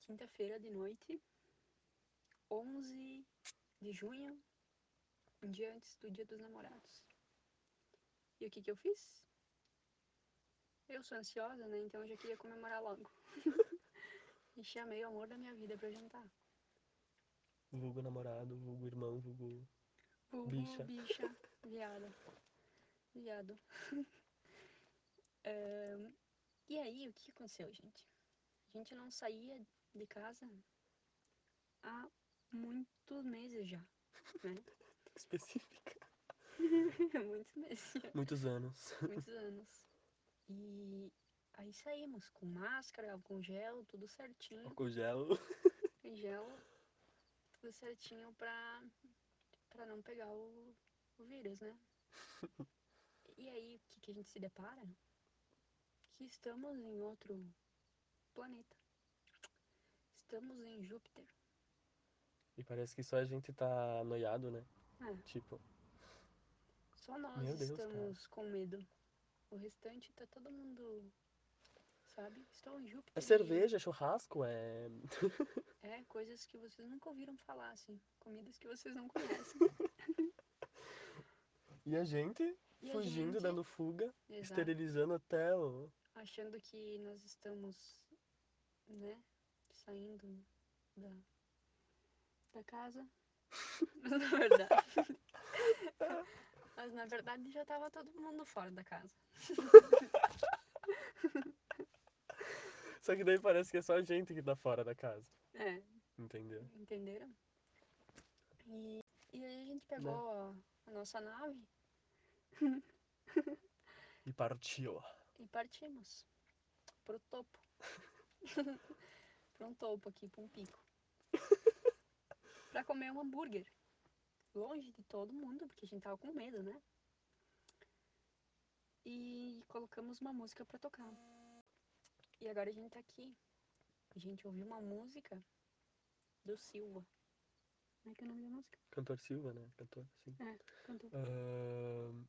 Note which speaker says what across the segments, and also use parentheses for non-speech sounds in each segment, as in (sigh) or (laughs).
Speaker 1: sexta-feira de noite, 11 de junho, um dia antes do Dia dos Namorados. E o que, que eu fiz? Eu sou ansiosa, né? Então eu já queria comemorar logo. (laughs) e chamei o amor da minha vida pra jantar.
Speaker 2: Vulgo namorado, vulgo irmão, vulgo.
Speaker 1: Vulgo,
Speaker 2: Bicha.
Speaker 1: Tipo, um bicha, viada. Viado. (laughs) Ahn, e aí, o que aconteceu, gente? A gente não saía de casa há muitos meses já. Né?
Speaker 2: Específica.
Speaker 1: muitos meses.
Speaker 2: Muitos anos.
Speaker 1: muitos anos. E aí saímos com máscara, álcool gel, tudo certinho,
Speaker 2: Álcool gel.
Speaker 1: em gel, tudo certinho pra, pra não pegar o, o vírus,
Speaker 2: (laughs)
Speaker 1: né? E aí, o que, que a gente se depara? Que estamos em outro planeta. Estamos em Júpiter.
Speaker 2: E parece que só a gente tá noiado, né?
Speaker 1: É.
Speaker 2: Tipo,
Speaker 1: Só nós
Speaker 2: Meu Deus, cara.
Speaker 1: estamos com medo. O restante tá todo mundo. Sabe? Estou em Júpiter.
Speaker 2: é
Speaker 1: e-
Speaker 2: cerveja, churrasco, é.
Speaker 1: É, coisas que vocês nunca ouviram falar, assim. Comidas que vocês
Speaker 2: (laughs)
Speaker 1: não conhecem.
Speaker 2: E a gente
Speaker 1: E a
Speaker 2: fugindo,
Speaker 1: gente-
Speaker 2: dando fuga,
Speaker 1: Exato.
Speaker 2: esterilizando até o.
Speaker 1: Achando que nós estamos, né, saindo da, da casa. Mas na verdade. Mas na verdade já tava todo mundo fora da casa.
Speaker 2: Só que daí parece que é só a gente que tá fora da casa.
Speaker 1: É,
Speaker 2: Entendeu?
Speaker 1: entenderam? E, e aí a gente pegou a, a nossa nave
Speaker 2: E partiu.
Speaker 1: e partimos pro topo. (laughs) pra um topo aqui, pra um pico. pra comer um hambúrguer. Longe de todo mundo, porque a gente tava com medo, né? E colocamos uma música pra tocar. E agora a gente tá aqui. A gente ouviu uma música do Silva. Como é que é o nome da música?
Speaker 2: Cantor Silva, né? Cantor, sim.
Speaker 1: Cantou
Speaker 2: Ahn,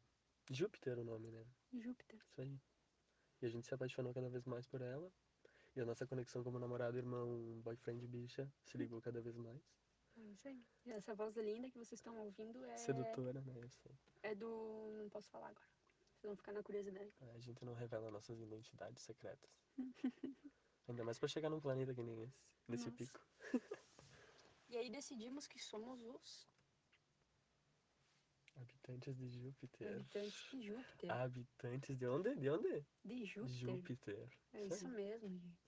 Speaker 2: Júpiter o nome, né?
Speaker 1: Júpiter.
Speaker 2: Isso aí. E a gente se apaixonou cada vez mais por ela. E a nossa conexão como namorado, irmão, boyfriend, bicha, se ligou cada vez mais.
Speaker 1: É isso aí. E essa voz linda que vocês estão ouvindo é,
Speaker 2: Sedutora, né? Eu sei.
Speaker 1: é do. Não posso falar agora. Vocês vão ficar na curiosidade.
Speaker 2: A gente não revela nossas identidades
Speaker 1: (laughs)
Speaker 2: secretas. Ainda mais pra chegar num planeta que nem esse, nesse
Speaker 1: Nossa.
Speaker 2: pico.
Speaker 1: E aí decidimos que somos os
Speaker 2: Habitantes de Júpiter.
Speaker 1: habitantes de Júpiter.
Speaker 2: Habitantes de onde? De onde?
Speaker 1: de Júpiter.
Speaker 2: Ah, Júpiter.
Speaker 1: É isso mesmo, gente.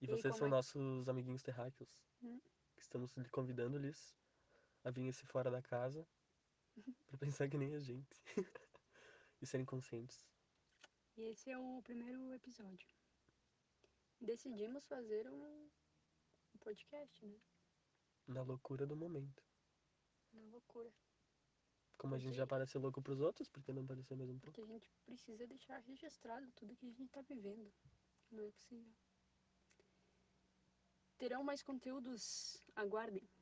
Speaker 2: E
Speaker 1: E aí,
Speaker 2: vocês
Speaker 1: como
Speaker 2: são
Speaker 1: é que-
Speaker 2: nossos amiguinhos terráqueos.
Speaker 1: Hum.
Speaker 2: Que estamos lhe- convidando-lhes a virem se fora da casa pra (laughs) pensar que nem a gente. (laughs) e serem conscientes.
Speaker 1: E esse é o primeiro episódio. Decidimos fazer um, um podcast, né?
Speaker 2: Na loucura do momento.
Speaker 1: Na loucura.
Speaker 2: Como a gente já
Speaker 1: Ok.
Speaker 2: parece louco pros outros, por que não parecer mais um pouco?
Speaker 1: Porque a gente precisa deixar registrado tudo que a gente tá vivendo. Não é possível. Terão mais conteúdos, aguardem.